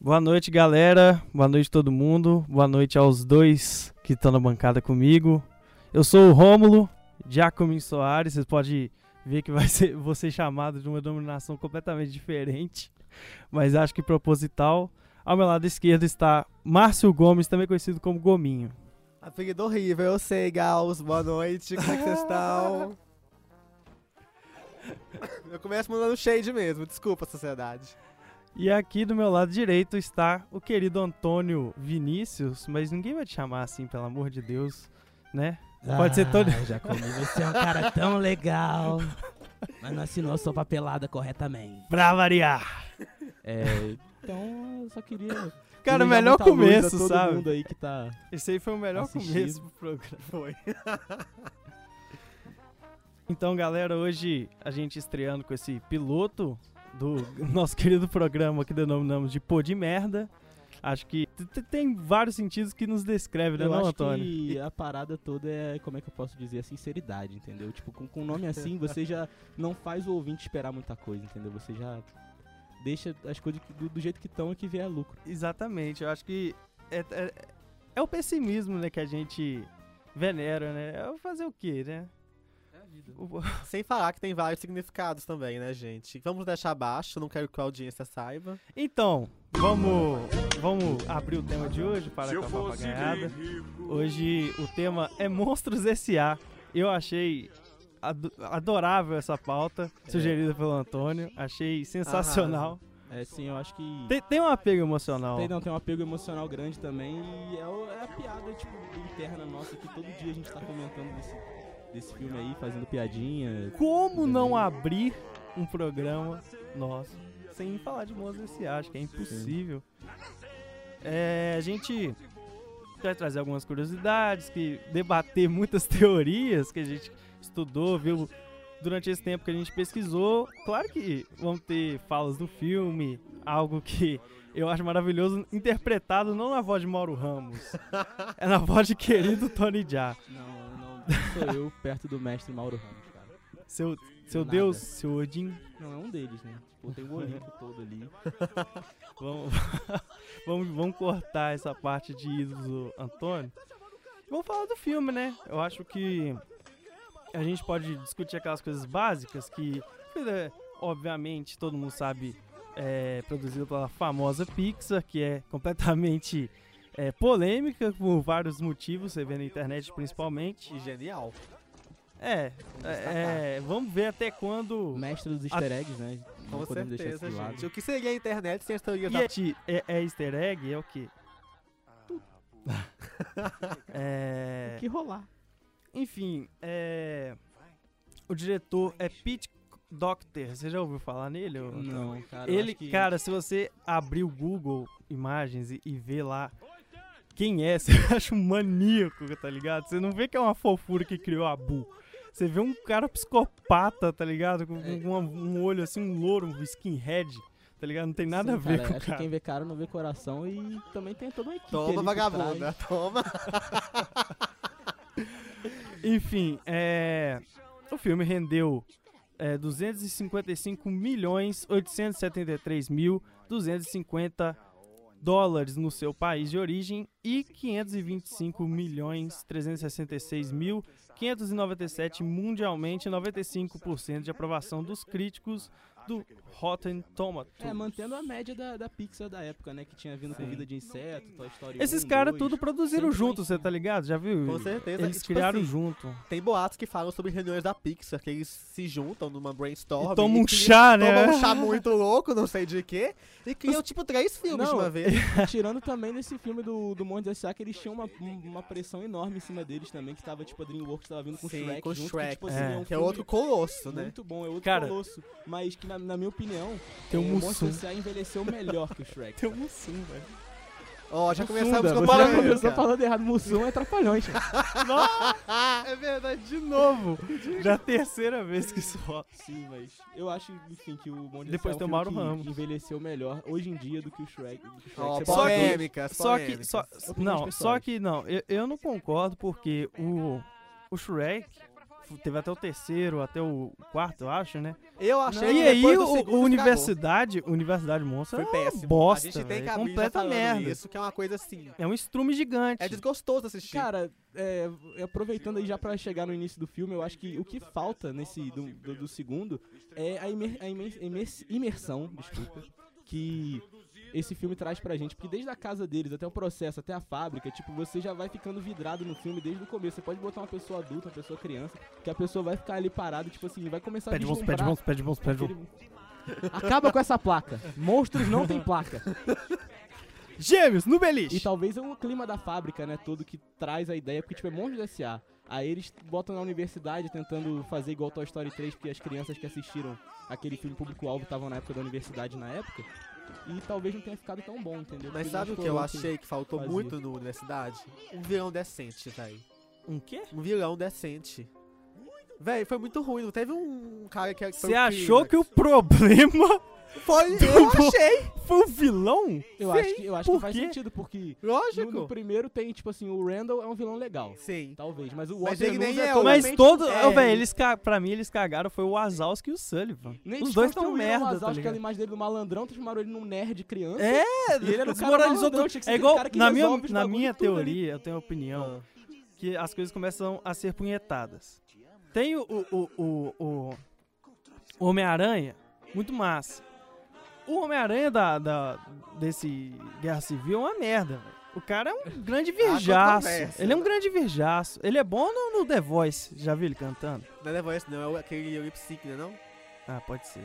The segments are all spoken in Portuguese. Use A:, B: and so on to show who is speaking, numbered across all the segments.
A: Boa noite, galera. Boa noite, todo mundo. Boa noite aos dois que estão na bancada comigo. Eu sou o Rômulo, Giacomin Soares. Vocês podem ver que vai ser você chamado de uma denominação completamente diferente, mas acho que proposital. Ao meu lado esquerdo está Márcio Gomes, também conhecido como Gominho.
B: A do horrível, eu sei, Gauss. Boa noite, como é que vocês estão? eu começo mandando shade mesmo, desculpa, sociedade.
A: E aqui do meu lado direito está o querido Antônio Vinícius, mas ninguém vai te chamar assim, pelo amor de Deus, né? Pode ser todo-
C: Ah, já comi. Você é um cara tão legal. Mas não assinou sua papelada corretamente.
A: Pra variar.
C: É, então eu só queria.
A: Cara,
C: desejar
A: melhor
C: muita luz
A: começo,
C: a todo
A: sabe?
C: mundo aí que tá.
A: Esse aí foi o melhor
C: Assistido.
A: começo pro programa. Foi. então, galera, hoje a gente estreando com esse piloto do nosso querido programa que denominamos de Pô de Merda. Acho que t- t- tem vários sentidos que nos descreve, né,
C: Eu
A: não,
C: acho
A: Antônio?
C: que a parada toda é, como é que eu posso dizer, a sinceridade, entendeu? Tipo, com, com um nome assim, você já não faz o ouvinte esperar muita coisa, entendeu? Você já deixa as coisas que- do, do jeito que estão e que vier lucro.
A: Exatamente, eu acho que é, é, é o pessimismo, né, que a gente venera, né? É o fazer o quê, né? O-
B: Sem falar que tem vários significados também, né, gente? Vamos deixar abaixo, não quero que a audiência saiba.
A: Então, vamos, vamos abrir o tema de hoje para acabar com a ganhada. Hoje o tema é Monstros S.A. Eu achei ado- adorável essa pauta, sugerida pelo Antônio. Achei sensacional.
C: É sim, eu acho que.
A: Tem, tem um apego emocional.
C: Tem, não, tem um apego emocional grande também e é, o- é a piada, tipo, interna nossa que todo dia a gente tá comentando desse, desse filme aí, fazendo piadinha.
A: Como não abrir um programa nosso sem falar de Monstros S.A.? Acho que é impossível. É, a gente vai trazer algumas curiosidades, que debater muitas teorias que a gente estudou, viu? Durante esse tempo que a gente pesquisou, claro que vão ter falas do filme, algo que eu acho maravilhoso, interpretado não na voz de Mauro Ramos, é na voz de querido Tony Jaa.
C: Não, não, sou eu perto do mestre Mauro Ramos, cara.
A: Seu, seu
C: Nada.
A: Deus, seu Odin,
C: Não, é um deles, né? Tipo, tem o Olimpo todo ali.
A: Vamos, vamos, vamos cortar essa parte de ídolos do Antônio. Vamos falar do filme, né? Eu acho que a gente pode discutir aquelas coisas básicas que, eh, obviamente, todo mundo sabe, é produzido pela famosa Pixar, que é completamente eh, polêmica por vários motivos, você vê na internet principalmente.
B: E genial.
A: É, é, é, vamos ver até
C: O
A: quando.
C: mestre dos easter eggs, né? Não
B: Tipo, Com
C: podemos deixar isso
B: certeza,
C: de lado.
B: gente. O que seria a internet sem as teorias
A: E
B: da...
A: é, é, é easter egg? É o quê?
C: Ah,
A: É,
C: Tem que rolar.
A: Enfim, é... o diretor é Pete Docter. Você já ouviu falar nele? ô?
C: Não, cara. eu
A: Ele,
C: acho que-
A: cara, se você abrir o Google Imagens e, e ver lá quem é, você acha um maníaco, tá ligado? Você não vê que é uma fofura que criou a Bu. Você vê um cara psicopata, tá ligado? Com com uma- um olho assim, um louro, um skinhead, tá ligado? Não tem nada
C: Sim,
A: a ver
C: cara,
A: com o
C: Acho que
A: cara.
C: quem vê cara não vê coração e também tem toda uma equipe. ali
B: Toma,
C: por trás.
B: vagabunda, toma.
A: Enfim, é, o filme rendeu é, 255.873.250 dólares no seu país de origem e 525.366.597 mundialmente, 95% de aprovação dos críticos do Rotten Tomatoes.
C: É, mantendo a média da, da Pixar da época, né? Que tinha vindo com
A: Sim.
C: Vida de Inseto, Toy Story
A: Esses
C: 1,
A: caras
C: 2.
A: tudo produziram
C: sempre foi
A: junto, você tá ligado? Já viu?
B: Com certeza.
A: Eles
B: E, tipo
A: criaram um
B: assim,
A: junto.
B: Tem boatos que falam sobre reuniões da Pixar, que eles se juntam numa brainstorm.
A: E tomam
B: e
A: um
B: criam-
A: chá, né?
B: Tomam um chá muito louco, não sei de quê. E criam, tipo, três filmes de
C: Não,
B: uma vez.
C: Tirando também nesse filme do, do Monte S.A. que eles tinham uma, um- uma pressão enorme em cima deles também, que tava, tipo, a DreamWorks tava vindo com
B: Sim,
C: Shrek
B: com
C: junto,
B: Shrek,
C: que, tipo, assim,
A: é.
C: é um
B: Que é
C: filme
B: outro colosso, né?
C: muito bom, é outro
A: Cara-
C: colosso. Mas que, na, na minha opinião,
A: Tem
C: é,
A: um
C: o Monstro
A: Mussum.
C: S.A. envelheceu melhor que o Shrek.
B: Tem um sim, velho. Ó, já
C: Mussum,
B: começamos
C: Dan,
B: com
C: Um você já
B: a polêmica.
C: começou falando errado, Mussum é trapalhões. cara.
A: É verdade, de novo. Já é a terceira vez que isso rola.
C: Sim, mas eu acho, enfim, que o Monte
A: Depois
C: S.A.
A: tem
C: é
A: o
C: um
A: Mauro
C: filme que
A: Ramos.
C: envelheceu melhor hoje em dia do que o Shrek. Do que o Shrek.
B: Ó,
C: Você
A: só
C: pode-
A: polêmica.
B: polêmicas,
A: Só que,
B: polêmicas.
A: só,
C: Opiniões
A: não, só
C: pessoais.
A: que não, eu, eu não concordo porque o, o Shrek f- teve até o terceiro, até o quarto, eu acho, né?
B: Eu achei
A: e
B: que
A: aí
B: depois
A: o,
B: do segundo
A: o
B: cagou.
A: Universidade, Universidade Monstro,
B: Foi
A: é
B: péssimo.
A: bosta,
B: a gente tem
A: velho,
B: que abrir já
A: completa
B: falando
A: merda.
B: Isso que é uma coisa assim.
A: é um estrume gigante.
B: É desgostoso assistir.
C: Cara, é, aproveitando aí já pra chegar no início do filme, eu acho que o que falta nesse do, do- do segundo é a, imer- a imen- imers- imersão, desculpa, que esse filme traz pra gente, porque desde a casa deles até o processo, até a fábrica, tipo, você já vai ficando vidrado no filme desde o começo. Você pode botar uma pessoa adulta, uma pessoa criança, que a pessoa vai ficar ali parada, tipo assim, vai começar
A: Pede
C: a
A: bons,
C: vislumbrar
A: pede bons, pede bons, pede um. bons.
C: aquele- Acaba com essa placa. Monstros não tem placa.
A: Gêmeos, no
C: E
A: beliche!
C: talvez é o clima da fábrica, né, todo que traz a ideia, porque, tipo, é monte de S.A. Aí eles botam na universidade tentando fazer igual Toy Story 3, porque as crianças que assistiram aquele filme público-alvo estavam na época da universidade na época. E talvez não tenha ficado tão bom, entendeu?
B: Então, Mas
C: Porque
B: sabe o
C: eles
B: que eu
C: foram, assim,
B: achei que faltou
C: fazia.
B: muito na universidade? Um vilão decente, velho.
A: Um quê?
B: Um vilão decente. Véi, foi muito ruim. Não teve um cara que.
A: Você achou que o problema
B: que. Foi, eu achei!
A: foi o vilão?
C: Eu
B: Sim,
C: acho que, eu acho que
A: por
C: faz
A: quê?
C: sentido, porque no,
B: Lógico!
C: no primeiro tem, tipo assim, o Randall é um vilão legal.
B: Sim.
C: Talvez, mas o
B: Mas
C: Walter
B: ele nem
C: Nunes é,
B: é
C: todo-
B: o-
A: Mas
B: Totalmente
A: todo.
B: é.
A: Ô, velho, eles ca- pra mim eles cagaram. Foi o Wazowski e o Sullivan.
C: nem
A: Os dois tão
C: desconstruíram o
A: merda,
C: Wazowski,
A: tá
C: aquela
A: ligado?
C: imagem dele do malandrão, transformaram ele num nerd criança.
A: É,
C: E ele era o cara
A: desmoralizou
C: malandrão,
A: tudo.
C: tinha que ser
A: É
C: aquele
A: igual.
C: cara que
A: na minha,
C: resolve os
A: na
C: bagulho
A: minha
C: tudo ali. Ah.
A: teoria, eu tenho a opinião que as coisas começam a ser punhetadas. Tem o, o, o, o, o Homem-Aranha, muito massa. O Homem-Aranha da, da, desse Guerra Civil é uma merda, velho. O cara é um
C: Ah,
A: grande virjaço.
B: controvérsia,
A: Ele é um
B: né?
A: grande virjaço. Ele é bom no, no The Voice. Já viu ele cantando?
B: Não é The Voice, não. É o- aquele lip sync, né? Não?
A: Ah, pode ser.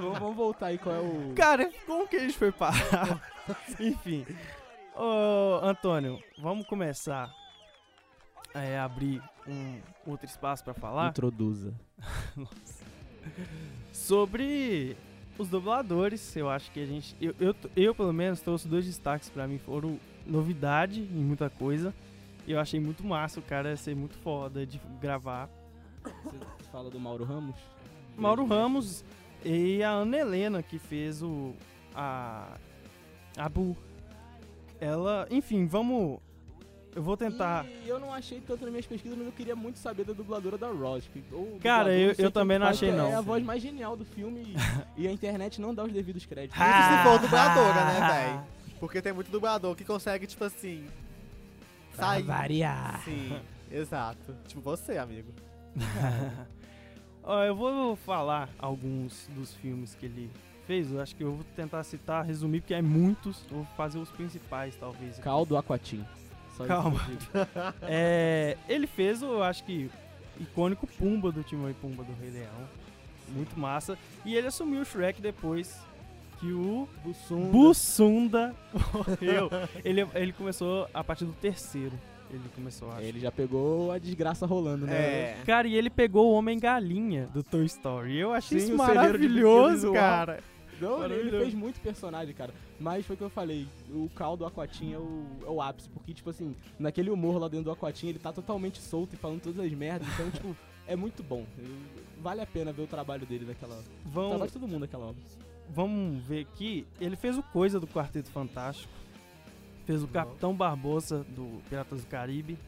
C: Vamos vamos voltar aí qual é o.
A: Cara, como que a gente foi parar? Enfim. Ô, Antônio, vamos começar a abrir um outro espaço pra falar
C: Introduza.
A: sobre os dubladores. Eu acho que a gente. Eu, eu, eu, pelo menos, trouxe dois destaques pra mim. Foram novidade em muita coisa. E eu achei muito massa o cara ser muito foda de gravar.
C: Você fala do Mauro Ramos?
A: Mauro Ramos e a Ana Helena, que fez o. A. A Bu. Ela. Enfim, vamos. Eu vou tentar.
C: E eu não achei tanto nas minhas pesquisas, mas eu queria muito saber da dubladora da Rose. que- ou
A: Cara,
C: dublador,
A: eu-
C: sei
A: eu também
C: quem
A: não
C: faz,
A: achei,
C: que É
A: não.
C: a voz mais genial do filme e, e a internet não dá os devidos créditos.
B: Ah! se for dubladora,
C: Ah.
B: né, Porque tem muito dublador que consegue, tipo assim. Sair.
A: variar.
B: Sim, exato. Tipo você, amigo.
A: Ó, eu vou falar alguns dos filmes que ele fez. Eu acho que eu vou tentar citar, resumir, porque é muitos. Eu Vou fazer os principais, talvez. aqui.
C: Caldo é Aquatim. Só isso
A: Calma.
C: que eu digo.
A: É, ele fez, o, eu acho que, icônico Pumba do Timão e Pumba do Rei Leão. Muito massa. E ele assumiu o Shrek depois que o
C: Bussunda.
A: Bussunda morreu. ele, ele começou a partir do terceiro. Ele começou, eu acho.
C: É, Ele já pegou a desgraça rolando, né?
B: É.
A: Cara, e ele pegou o Homem-Galinha do Toy Story. Eu achei
C: Sim,
A: isso
C: o celeiro de
A: maravilhoso,
C: visual.
A: cara.
C: Não, ele- ele
A: Maravilhoso.
C: fez muito personagem, cara. Mas foi o que eu falei, o caldo Aquatim é o, é o ápice, porque, tipo assim, naquele humor lá dentro do Aquatim, ele tá totalmente solto e falando todas as merdas, então, tipo, é muito bom. Eu- Vale a pena ver o trabalho dele naquela obra. O
A: Vão,
C: trabalho de todo mundo naquela obra.
A: vamos ver aqui. Ele fez o Coisa do Quarteto Fantástico. Fez o
C: Tá
B: Não.
A: Capitão Barbosa do Piratas do Caribe.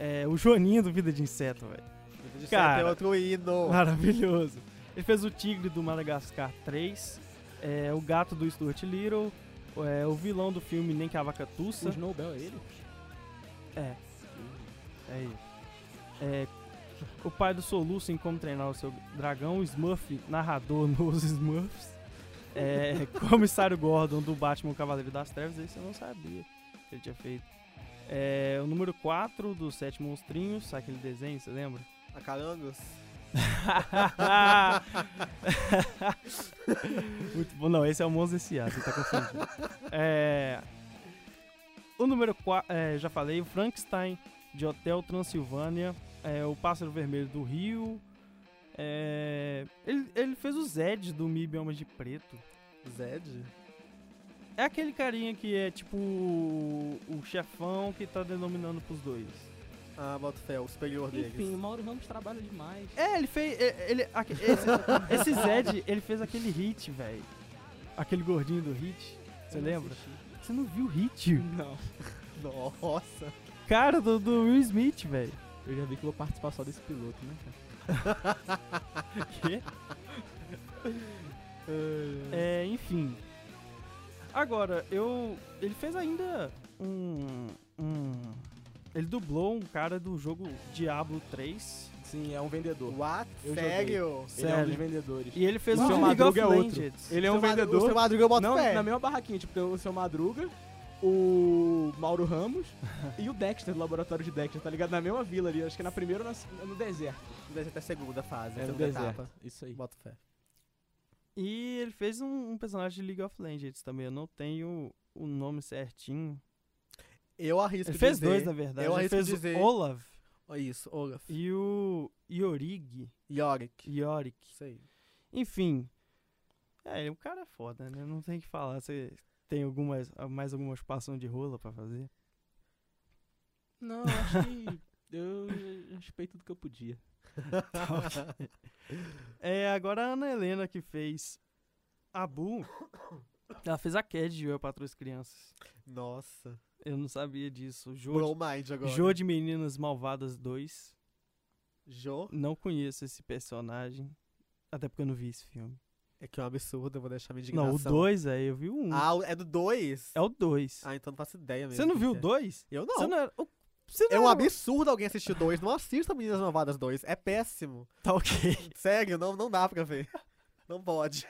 A: é, o Joaninho do Vida de Inseto, velho. Cara.
B: Tem outro hino.
A: Maravilhoso. Ele fez o Tigre do Madagascar 3, é, o Gato do Stuart Little, é, o vilão do filme Nem que a Vaca
C: O
A: Tussa.
C: Snowbell é ele?
A: É. É ele. É, o pai do Soluço em Como Treinar o Seu Dragão, o Smurf, narrador nos Smurfs. É, Comissário Gordon do Batman o Cavaleiro das Trevas, esse eu não sabia que ele tinha feito. É, o número 4 dos Sete Monstrinhos, sabe aquele desenho, você lembra?
B: A Carangos.
A: Muito bom. Não, esse é o Monza S.A., você tá confundindo. É, o número 4, já falei, o Frankenstein de Hotel Transilvânia, é, o Pássaro Vermelho do Rio. é, ele, ele fez o Zed do Mib Almas de Preto.
B: Zed?
A: É aquele carinha que é tipo o, o chefão que tá denominando pros dois.
B: Ah, bota fé, o superior deles.
C: Enfim, o Mauro Ramos trabalha demais.
A: É, ele fez. é, Ele, aque- esse, esse Zed, ele fez aquele hit, velho. Aquele gordinho do hit. Você
C: Eu não
A: lembra?
C: assisti.
A: Você não viu o hit?
C: Não.
B: Nossa.
A: Cara do, do Will Smith, velho.
C: Eu já vi que vou participar só desse piloto, né, cara?
A: Quê? É, enfim. Agora, eu. Ele fez ainda um. um- ele dublou um cara do jogo Diablo 3.
C: Sim, é um vendedor.
B: What?
C: Eu joguei.
B: Sério?
C: Ele é um
A: Sério.
C: dos vendedores.
A: E ele fez
C: O
A: um
C: seu
A: League of
C: Madruga é outro.
A: Legends.
C: Ele é um
B: Seu Madru- O
C: vendedor.
B: seu Madruga eu boto
C: Não,
B: fé.
C: na mesma barraquinha, tipo, tem o seu Madruga, o Mauro Ramos e o Dexter, do laboratório de Dexter, tá ligado? Na mesma vila ali, acho que é na primeira ou na- no deserto.
B: Deve ser até segunda fase,
C: É no
B: segunda
C: deserto.
B: etapa.
C: Isso aí.
B: Boto fé.
A: E ele fez um, um personagem de League of Legends também. Eu não tenho o nome certinho.
B: Eu arrisco
A: Ele fez
B: dizer...
C: né?
A: dois, na verdade.
B: eu
A: ele
B: arrisco
A: fez
B: dizer-
A: o Olav
B: Oh, Isso, Olaf.
A: e o Iorig.
B: Yorick.
A: Yorick.
B: Isso aí.
A: Enfim. É, o cara é foda, né? Não tem o que falar. Você tem alguma, mais alguma chupação de rola pra fazer?
C: Não, acho que eu respeito tudo que eu podia.
A: Tá É, agora a Ana Helena que fez a Bu. Ela fez a Cad de Eu Patrulho as Crianças.
B: Nossa.
A: Eu não sabia disso. Jô
B: Bro Mind
A: de,
B: agora.
A: Jô de Meninas Malvadas 2.
B: Jo?
A: Não conheço esse personagem. Até porque eu não vi esse filme.
B: É que é um absurdo, eu vou deixar minha
A: Não,
B: indignação.
A: o 2 aí, eu vi o 1. Um.
B: Ah, o- é do 2?
A: É o 2.
B: Ah, então não faço ideia mesmo.
A: Você não
B: quem
A: viu o
B: que é.
A: 2?
B: Eu
A: Você
B: não.
A: não era. o- Você não
B: É um
A: era-
B: absurdo alguém assistir o 2. Não assista Meninas Malvadas 2. É péssimo.
A: Tá ok.
B: Sério, não, não dá pra ver. Não pode.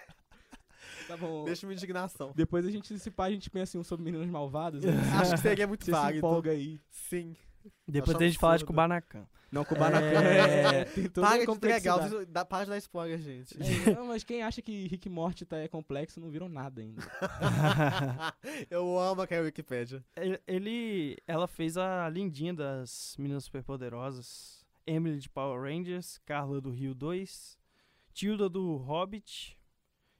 C: Tá bom.
B: Deixa minha indignação.
C: Depois a gente, se pá, a gente pensa um sobre meninas malvadas. Né?
B: Acho que seria muito
C: Você se
B: válido.
C: empolga aí.
B: Sim.
A: Depois
B: Acho
A: a gente fala de
B: um absurdo.
A: Kubanacan.
C: Não, Kubanacan
A: É.
C: é... tem toda
B: Para
C: a
B: de entregar.
C: complexidade.
B: vocês- dá- Para de dar spoiler, gente.
C: É, não, mas quem acha que Rick e Morty tá, é complexo não viram nada ainda.
B: eu amo a Wikipedia.
A: Ele- Ele, ela fez a lindinha das Meninas Superpoderosas, Emily de Power Rangers, Carla do Rio 2, Tilda do Hobbit,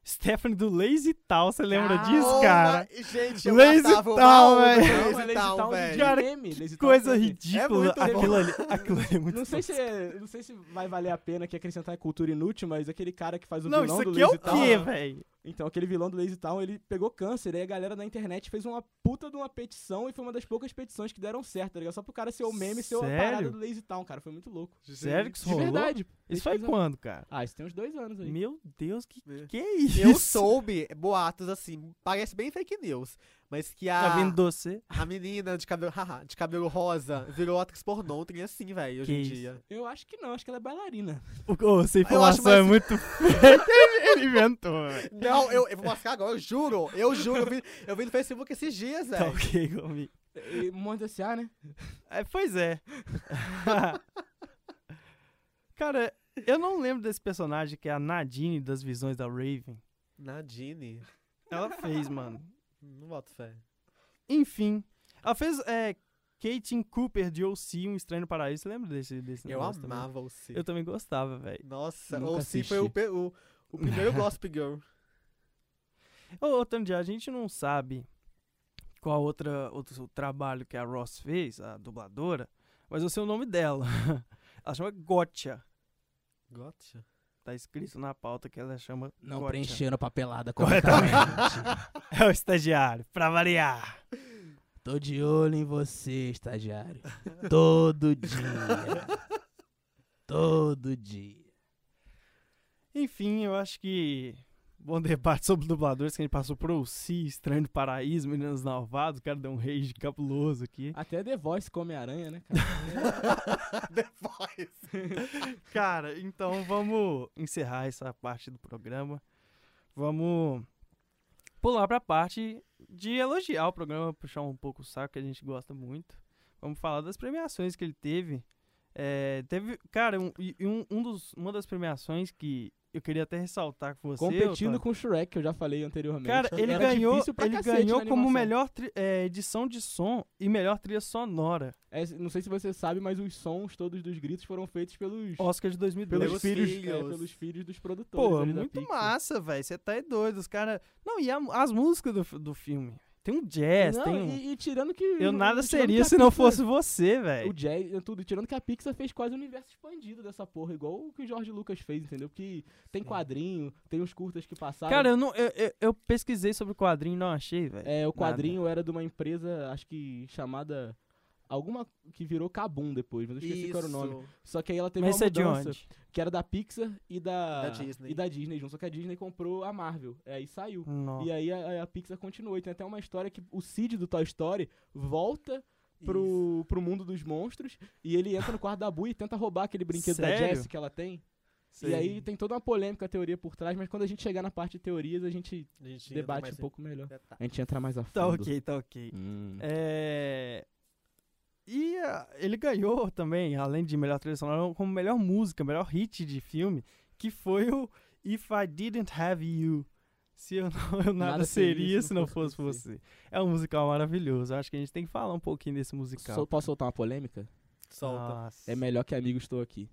A: Stephanie do Lazy Tal, você lembra disso,
B: Oh,
A: cara?
B: mas- Gente, eu
A: Lazy
B: matava o
A: Town,
B: Mauro do
A: velho.
C: Não,
B: Lazy
C: mas
B: Town,
C: Town
B: velho.
A: Cara,
C: meme, Lazy Town
A: Coisa
C: é meme.
A: ridícula.
B: muito bom.
A: aquilo, ali, aquilo ali é muito
C: Não sei, se
A: tosco.
C: é- não sei se vai valer a pena que acrescentar cultura inútil, mas aquele cara que faz o
A: Não,
C: vilão
A: isso
C: do
A: aqui é
C: Lazy
A: o
C: Town.
A: quê, velho?
C: Então, aquele vilão do Lazy Town, ele pegou câncer, aí a galera da internet fez uma puta de uma petição e foi uma das poucas petições que deram certo, tá ligado? Só pro cara ser o meme e ser a parada
A: Sério?
C: do Lazy Town, cara. Foi muito louco.
A: Sério que isso
C: De
A: rolou?
C: verdade.
A: Isso foi
B: um
C: Pesquisa-
A: quando, cara?
C: Ah, isso tem uns dois anos aí.
A: Meu Deus, que
B: É.
A: que é isso?
B: Eu soube boatos assim, parece bem fake news, mas que a,
A: Tá vindo doce?
B: a menina de cabelo, haha, de cabelo rosa virou atriz pornô, tem assim, velho, hoje
A: Que
B: em
A: isso.
B: dia.
C: Eu acho que não, acho que ela é bailarina.
A: Ô, ô, essa
B: acho
A: informação
B: mais-
A: é muito feia. Ele, ele inventou, velho.
B: Não, eu, eu vou mostrar agora, eu juro, eu juro, eu vi, eu vi no Facebook esses dias,
A: Tá
B: velho.
A: ok comigo.
C: E Monte S.A., né?
A: É, pois é. Cara, eu não lembro desse personagem que é a Nadine das visões da Raven.
B: Nadine,
A: Ela fez, mano.
B: não boto fé.
A: Enfim. Ela fez é, Caitlyn Cooper de OC, Um Estranho no Paraíso. Você lembra desse, desse
B: Eu
A: negócio também?
B: amava o C.
A: Eu também gostava, velho.
B: Nossa,
C: Nunca
B: o C foi o,
C: assisti.
B: pe- o, o primeiro Gossip Girl.
A: Ô, ô Tandia, a gente não sabe qual outra, outro trabalho que a Ross fez, a dubladora, mas eu sei o nome dela. Ela chama Gotcha.
B: Gotcha.
A: Tá escrito na pauta que ela chama
C: Não
A: Gotcha.
C: preencheram a papelada corretamente.
A: É o estagiário, pra variar.
C: Tô de olho em você, estagiário. Todo dia. Todo dia.
A: Enfim, eu acho que. Bom debate sobre dubladores que a gente passou pro Si, Estranho do Paraíso, Meninas Malvadas, o cara deu um rage cabuloso aqui.
C: Até The Voice come aranha, né, cara?
B: The Voice.
A: Cara, então vamos encerrar essa parte do programa. Vamos pular pra parte de elogiar o programa, puxar um pouco o saco que a gente gosta muito. Vamos falar das premiações que ele teve. É, teve, cara, um, e um, um dos, uma das premiações que eu queria até ressaltar com você.
C: Competindo
A: Otávio.
C: com é o Shrek, que eu já falei anteriormente.
A: Cara, ele
C: Era
A: ganhou,
C: difícil pra
A: ele
C: cacete
A: ganhou
C: na
A: como
C: animação.
A: melhor tri- é, edição de som e melhor trilha sonora.
C: É, não sei se você sabe, mas os sons todos dos gritos foram feitos pelos,
A: Oscar de 2002.
C: pelos,
B: Pelos
C: filhos,
B: filhos.
C: é, pelos filhos dos produtores.
A: Pô,
C: ali da
A: muito
C: Pixar.
A: massa, velho. Você tá é doido. Os caras. Não, e a- as músicas do, fi- do filme? Tem um jazz,
C: Não,
A: tem um.
C: e, e tirando que.
A: Eu nada
C: e tirando que
A: seria
C: a
A: se não
C: Pixar-
A: fosse você,
C: é O
A: velho.
C: jazz, é tudo. Tirando que a Pixar fez quase o universo expandido dessa porra, igual o que o Jorge Lucas fez, entendeu? Porque tem quadrinho, tem os curtas que passaram.
A: Cara, eu, não, eu, eu, eu pesquisei sobre o quadrinho e não achei, velho.
C: É, o
A: Nada.
C: quadrinho era de uma empresa, acho que chamada. Alguma que virou Kabum depois, mas eu esqueci qual era o nome. Só que aí ela teve
A: Mas isso
C: uma
A: é de
C: mudança,
A: onde?
C: que era da Pixar e da,
B: Da Disney.
C: e da Disney junto. Só que a Disney comprou a Marvel. É, e saiu.
A: Nossa.
C: E aí a, a Pixar continua. E tem até uma história que o Sid do Toy Story volta pro, pro mundo dos monstros e ele entra no quarto da Boo e tenta roubar aquele brinquedo da
A: Sério?
C: Jessie que ela tem.
A: Sei.
C: E aí tem toda uma polêmica, a teoria por trás, mas quando a gente chegar na parte de teorias, a gente
B: A gente entra
C: debate
B: mais
C: um
B: em
C: pouco melhor.
B: detalhe.
C: A gente entra mais a fundo.
A: Tá ok, tá ok.
C: Hum.
A: É. E ah, ele ganhou também, além de melhor trilha sonora, como melhor música, melhor hit de filme, que foi o If I Didn't Have You. Se eu, não, eu nada, seria se não fosse você. É um musical maravilhoso. Acho que a gente tem que falar um pouquinho desse musical.
C: Sol- posso soltar uma polêmica?
B: Solta.
A: Nossa.
C: É melhor que amigo estou aqui.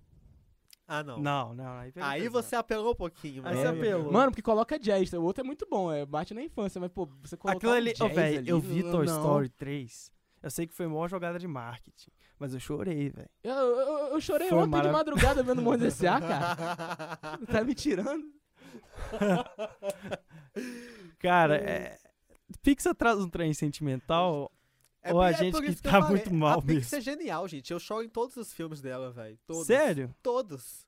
B: Ah, não.
A: Não, não. Aí, pega
B: Aí
A: pesado.
B: você apelou um pouquinho,
A: Aí
B: mano.
A: você apelou.
C: Mano, porque coloca jazz. O outro é muito bom, é bate na infância, mas pô, você coloca
A: Aquilo ali,
C: um jazz
A: Ô, velho,
C: ali,
A: eu vi
C: não-
A: Toy
C: não.
A: Story 3. Eu sei que foi uma jogada de marketing, mas eu chorei, velho.
C: Eu, eu, eu chorei
A: Foi
C: ontem
A: marav-
C: de madrugada vendo o Monstros S.A., cara. Tá me tirando?
A: Cara, é... Pixar traz um trem sentimental. Ou a
B: por-
A: gente
B: por
A: que
B: isso eu
A: tá
B: falei.
A: muito mal
B: A Pixar é genial, gente. Eu choro em todos os filmes dela, velho. Todos.
A: Sério?
B: Todos.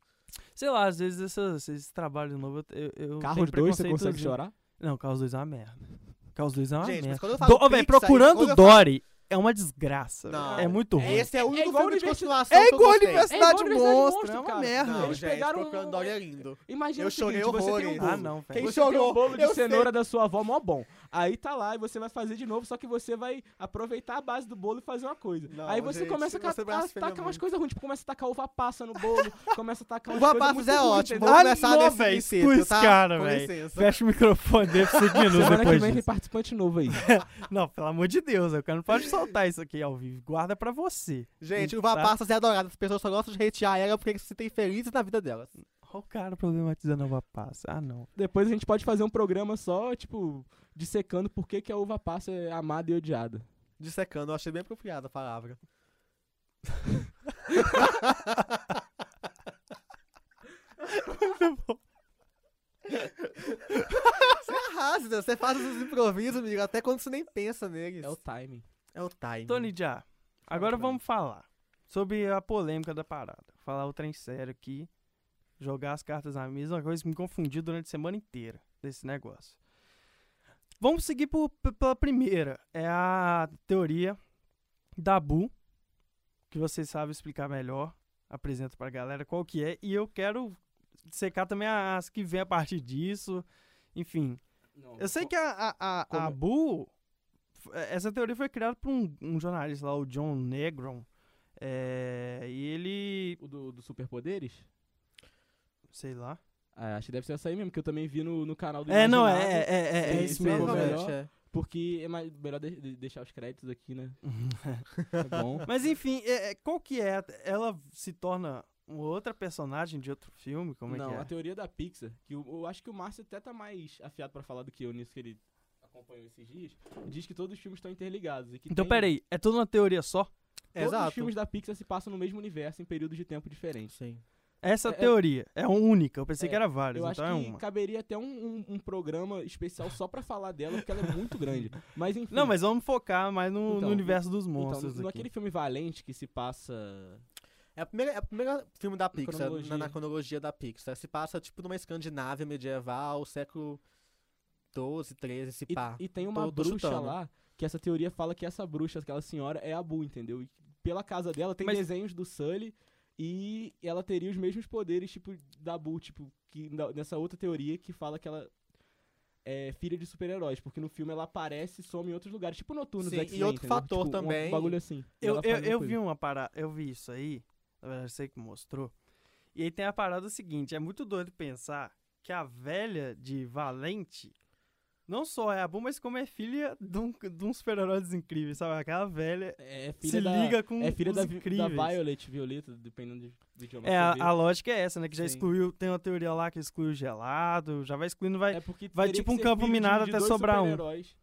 A: Sei lá, às vezes essas- esses trabalhos novos eu, eu
C: Carros
A: tenho
C: 2, você consegue
A: preconceitozinho.
C: chorar?
A: Não, Carros 2 é uma merda. Carros 2 é uma
B: gente, mas
A: merda.
B: quando eu
A: Do,
B: falo
A: Ô, velho,
B: Pixar,
A: procurando
B: quando eu falo-
A: Dory é uma desgraça.
B: Não.
A: velho. É muito ruim.
B: Esse é o
C: É
B: único
C: igual
B: filme de
C: Universo-
B: continuação
A: É
B: que eu
A: igual
B: gostei.
A: Universidade
C: É igual Universidade
A: Monstro,
C: Monstro,
A: é uma
C: cara.
A: merda.
B: Não,
C: Eles
B: gente,
C: pegaram
B: procurando
C: um-
B: Dory é lindo.
C: Imagina
B: Eu
C: o seguinte,
B: chorei
C: você tem um
B: horrores.
C: bolo.
A: Ah, não,
C: Quem
A: velho.
B: Quem
C: você tem
B: chorou?
C: um bolo de
B: Eu sei.
C: cenoura da sua avó mó bom. Aí tá lá e você vai fazer de novo, só que você vai aproveitar a base do bolo e fazer uma coisa.
B: Não,
C: aí você
B: gente,
C: começa a, ca-
B: você me
C: a
B: assusta
C: tacar umas
B: muito.
C: coisas ruins, tipo, começa a tacar uva passa no bolo, começa a tacar umas
B: Uva
C: coisas
B: Passas
C: muito
B: é
C: ruins,
B: ótimo.
C: entendeu?
B: Vamos
A: Ah,
B: começar
A: não,
B: nesse
A: velho,
B: princípio,
A: expulsa
B: tá?
A: esse cara,
B: Com
A: velho.
B: licença.
A: Fecha o microfone dele pra seguir minutos
C: Semana que
A: depois
C: vem tem
A: disso.
C: participante novo aí.
A: Não, pelo amor de Deus, eu cara não pode soltar isso aqui ao vivo. Guarda pra você.
B: Gente,
A: Tá?
B: o Passas é adorada. As pessoas só gostam de hatear ela porque se sentem felizes na vida delas.
A: Olha o cara problematizando a Nova Passa. Ah, não.
C: Depois a gente pode fazer um programa só, tipo, dissecando por que, que a uva passa é amada e odiada.
B: Dissecando, eu achei bem apropriada a palavra. Você arrasa, você faz os improvisos, amigo, até quando você nem pensa neles.
C: É o timing.
B: É o time.
A: Tony Já, agora
B: pra
A: vamos falar sobre a polêmica da parada. Falar o trem sério aqui, jogar as cartas na mesa, uma coisa que me confundiu durante a semana inteira desse negócio. Vamos seguir por- p- pela primeira, é a teoria da Bu, que você sabe explicar melhor, apresenta pra galera qual que é, e eu quero secar também as que vem a partir disso, enfim... Eu sei que a, a, a- a
C: Como-
A: Bu, f- é, essa teoria foi criada por um, um jornalista lá, o John Negron. É, e ele,
C: O do, do Superpoderes?
A: sei lá.
C: Ah, acho que deve ser essa aí mesmo, que eu também vi no, no canal do
A: É, não, é,
C: Imaginário,
A: é, é, é,
C: Sim,
A: isso
C: sim,
A: mesmo.
C: provavelmente.
A: é.
B: é.
C: Porque é mais, melhor de- de- deixar os créditos aqui, né? É bom.
A: Mas enfim, é- é, qual que é? Ela se torna uma outra personagem de outro filme? Como é
C: não, a
A: que é?
C: teoria da Pixar, que eu, eu acho que o Márcio até tá mais afiado pra falar do que eu nisso que ele acompanhou esses dias, diz que todos os filmes estão interligados. E que
A: Então,
C: tem-
A: peraí, é toda uma teoria só?
C: Todos os
A: é.
B: Exato.
C: filmes da Pixar se passam no mesmo universo em períodos de tempo diferentes.
B: Sim.
A: Essa
C: É-
A: teoria é única, eu pensei
C: É,
A: que era várias,
C: Eu acho
A: então
C: que
A: é uma.
C: caberia até um, um- um programa especial só pra falar dela, porque ela é muito grande. Mas enfim.
A: Não, mas vamos focar mais no, no
C: Então,
A: universo dos
C: Então,
A: monstros
C: no,
A: aqui.
C: aquele filme Valente que se passa.
B: É o primeiro, é o primeiro filme da Pixar,
C: Cronologia.
B: Na, na cronologia da Pixar. Se passa, tipo, numa Escandinávia medieval, século 12, 13, se
C: E,
A: Tá,
B: pá.
C: e tem uma
B: tô- tô
C: bruxa
B: chutando.
C: lá, que essa teoria fala que essa bruxa, aquela senhora, é a Bu, entendeu? E pela casa dela tem
A: Mas-
C: desenhos do Sully e ela teria os mesmos poderes, tipo, da Bu, tipo, que na- nessa outra teoria que fala que ela. É filha de super-heróis, porque no filme ela aparece e some em outros lugares, tipo noturno,
B: Sim, e outro fator
C: Um
B: também-
C: bagulho assim.
A: Eu,
C: Ela faz
A: eu,
C: a mesma
A: eu
C: coisa.
A: vi um uma parada, eu vi isso aí, na verdade, sei que mostrou. E aí tem a parada seguinte, é muito doido pensar que a velha de Valente não só é a Boo, mas como é filha de um, de um super-herói dos incríveis, sabe? Aquela velha
C: É
A: se
C: filha da,
A: liga com
C: É filha
A: os
C: da, Vi- da
A: incríveis.
C: Violet, Violeta, dependendo de, do idioma.
A: é,
C: que
A: a,
C: você vê.
A: a lógica é essa, né? Que já
C: Sim.
A: excluiu, tem uma teoria lá que exclui o gelado, já vai excluindo, vai...
C: É porque
A: vai
C: teria
A: tipo
C: que
A: um
C: ser
A: campo
C: filho de-
A: minado
C: de
A: até
C: dois
A: sobrar um.
C: super-heróis.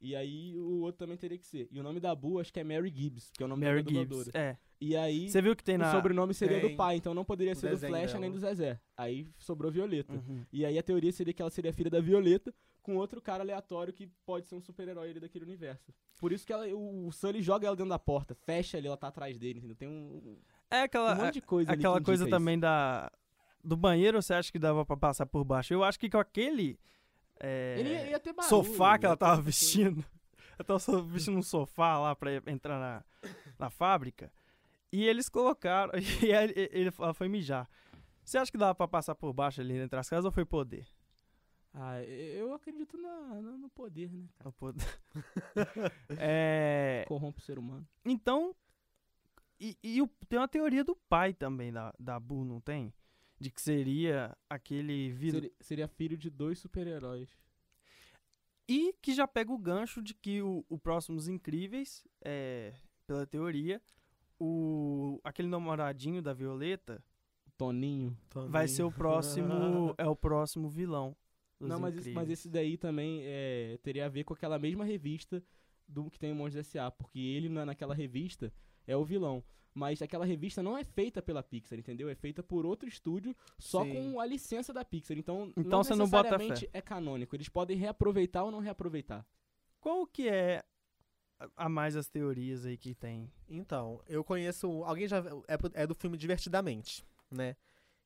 C: E aí o outro também teria que ser. E o nome da Bu acho que é Mary Gibbs, que é o nome
A: Mary
C: da
A: Gibbs,
C: dubladora.
A: é.
C: E aí
A: Você viu que tem na...
C: o sobrenome seria
B: Tem
C: do pai, então não poderia
B: o
C: ser do
B: desenho
C: Flecha nem do
B: dela.
C: Zezé. Aí sobrou Violeta.
A: Uhum.
C: E aí a teoria seria que ela seria filha da Violeta com outro cara aleatório que pode ser um super-herói ali daquele universo. Por isso que ela- o, o Sully joga ela dentro da porta, fecha ali, ela tá atrás dele, entendeu? Tem um,
A: É
C: um
A: aquela...
C: monte de coisa ali que
A: Aquela
C: indica
A: coisa
C: isso.
A: também da. Do banheiro, você acha que dava pra passar por baixo? Eu acho que com aquele. é,
C: Ele ia, ia ter barulho, né?
A: sofá que
C: ia
A: ela tá
C: ter
A: tava
C: essas coisas.
A: vestindo. Ela tava so- vestindo um sofá lá pra entrar na, na fábrica. E eles colocaram. E aí ele, ele- ela foi mijar. Você acha que dava pra passar por baixo ali entre as casas ou foi poder?
C: Ah, e- eu acredito na, na- no poder, né? cara?
A: Não poder. É,
C: Corrompe o ser humano.
A: Então. E, e o- tem uma teoria do pai também da, da Bu, não tem? De que seria aquele vilão.
C: Seria, seria filho de dois super-heróis.
A: E que já pega o gancho de que o, o Próximos Incríveis, é, pela teoria, o, aquele namoradinho da Violeta
C: Toninho.
A: vai ser o próximo. é o próximo vilão. dos
C: Não, mas, esse- mas
A: Incríveis.
C: esse daí também é, teria a ver com aquela mesma revista do que tem o Monstros S.A., porque ele na, naquela revista é o vilão. Mas aquela revista não é feita pela Pixar, entendeu? É feita por outro estúdio, só
B: Sim.
C: com a licença da Pixar. Então,
A: Então você
C: não
A: não bota fé.
C: necessariamente é canônico. Eles podem reaproveitar ou não reaproveitar.
A: Qual que é a- a mais as teorias aí que tem?
B: Então, eu conheço. um- Alguém já. É, pro- é do filme Divertidamente, né?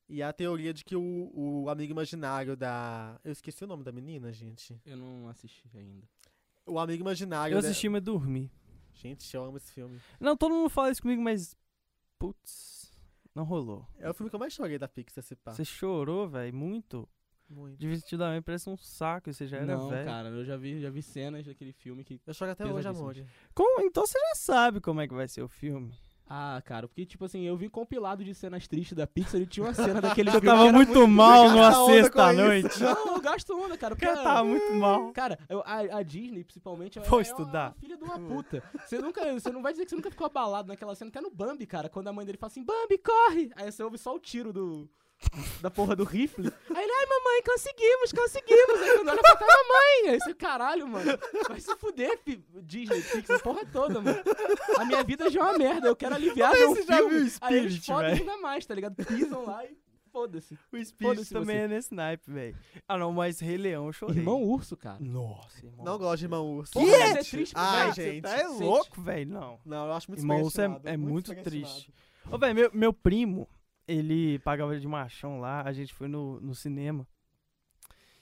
B: E a teoria de que o, o amigo imaginário da. Eu esqueci o nome da menina, gente.
C: Eu não assisti ainda.
B: O amigo imaginário.
A: Eu
B: da-
A: assisti, mas dormi.
B: Gente, eu amo esse filme.
A: Não, todo mundo fala isso comigo, mas. Putz, não rolou.
B: É o filme que eu mais chorei da Pixar, se
C: Tá.
B: pá.
A: Você chorou, velho, muito.
B: Muito.
A: Divertidamente parece um saco, e você já era
C: não,
A: velho.
C: cara, eu já vi, já vi cenas daquele filme que
B: Eu choro até hoje,
C: Pesadíssimo.
B: amor.
A: Como- Então você já sabe como é que vai ser o filme.
C: Ah, cara, porque, tipo assim, eu vi compilado de cenas tristes da Pixar e tinha uma cena daquele filme.
A: tava
C: que era
A: muito, mal
B: legal.
A: numa
B: Gasta onda com
A: sexta-noite.
C: Não, eu gasto onda, cara.
A: O
C: porque
A: cara
C: a-
A: tava muito mal.
C: Cara, eu- a, a Disney, principalmente, ela
A: Vou
C: é
A: estudar.
C: uma filha de uma puta. Você nunca. Você não vai dizer que você nunca ficou abalado naquela cena, até no Bambi, cara, quando a mãe dele fala assim, Bambi, corre! Aí você ouve só o tiro do. Da porra do rifle. Aí ele, ai, mamãe, conseguimos, conseguimos. Aí quando olha pra cá, mamãe. Aí você, caralho, mano. Vai se fuder, fi- Disney, Pixar, porra toda, mano. A minha vida já é uma merda. Eu quero aliviar
A: Mas
C: meu
A: você
C: filme.
A: já viu o
C: aí eles
A: Spirit,
C: fodem
A: velho?
C: ainda mais, tá ligado? Pisam lá e foda-se.
A: O Spirit
C: Foda-se
A: também
C: você.
A: é nesse naipe, velho. Ah, não, mas Rei Leão eu chorei.
C: Irmão urso, cara.
A: Nossa, irmão.
B: Não gosto de Irmão Urso.
C: Porra, mas é triste pra
B: Ai,
C: caralho, você
B: gente.
A: Tá é
C: Sente.
A: louco, velho, não.
B: Não, eu acho muito
A: Irmão Urso é,
B: superestimado,
A: é muito
B: superestimado.
A: triste. Ô, velho, meu, meu primo, ele pagava de machão lá, a gente foi no, no cinema.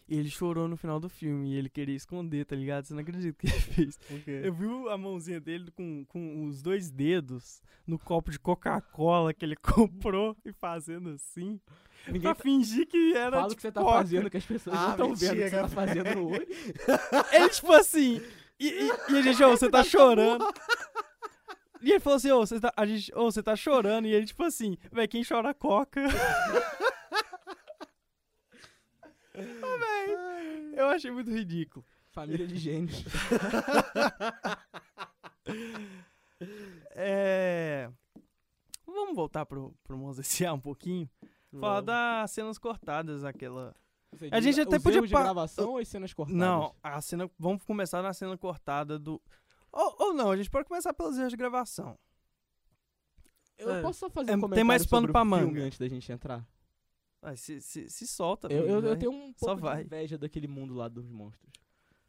A: E ele chorou no final do filme e ele queria esconder, tá ligado? Você não acredita o que ele fez.
B: Por quê?
A: Eu vi o- a mãozinha dele com, com os dois dedos no copo de Coca-Cola que ele comprou e fazendo assim.
C: Ninguém tá-
A: pra fingir que era.
C: Fala o
A: tipo,
C: que você tá
A: coca.
C: fazendo, que as pessoas
B: Ah,
C: não estão vendo o que você
B: mentira,
C: tá fazendo no olho.
A: Ele, tipo assim. E, e, e a gente, ô, você tá chorando. E ele falou assim, ô, você tá, a gente, ô, você tá chorando. E ele, tipo assim, véi, quem chora coca. Ô, Ah, véi, eu achei muito ridículo.
C: Família de gênios.
A: É. Vamos voltar pro, pro Mons S.A. um pouquinho. Falar
B: Vamos.
A: das cenas cortadas, aquela.
C: Você
A: A
C: diz
A: gente até
C: os
A: podia
C: erros de
A: pa-
C: gravação ou as cenas cortadas?
A: Não, a cena. Vamos começar na cena cortada do. Ou, ou não, a gente pode começar pelas erros de gravação.
C: Eu
A: É.
C: posso só fazer
A: É,
C: um
A: tem
C: comentário
A: mais pano
C: sobre o
A: pra
C: filme
A: manga.
C: antes da gente entrar?
A: Ah, se, se, se solta. né?
C: Eu, eu- eu
A: filho, vai.
C: tenho um
A: Só
C: pouco
A: vai.
C: de inveja daquele mundo lá dos monstros.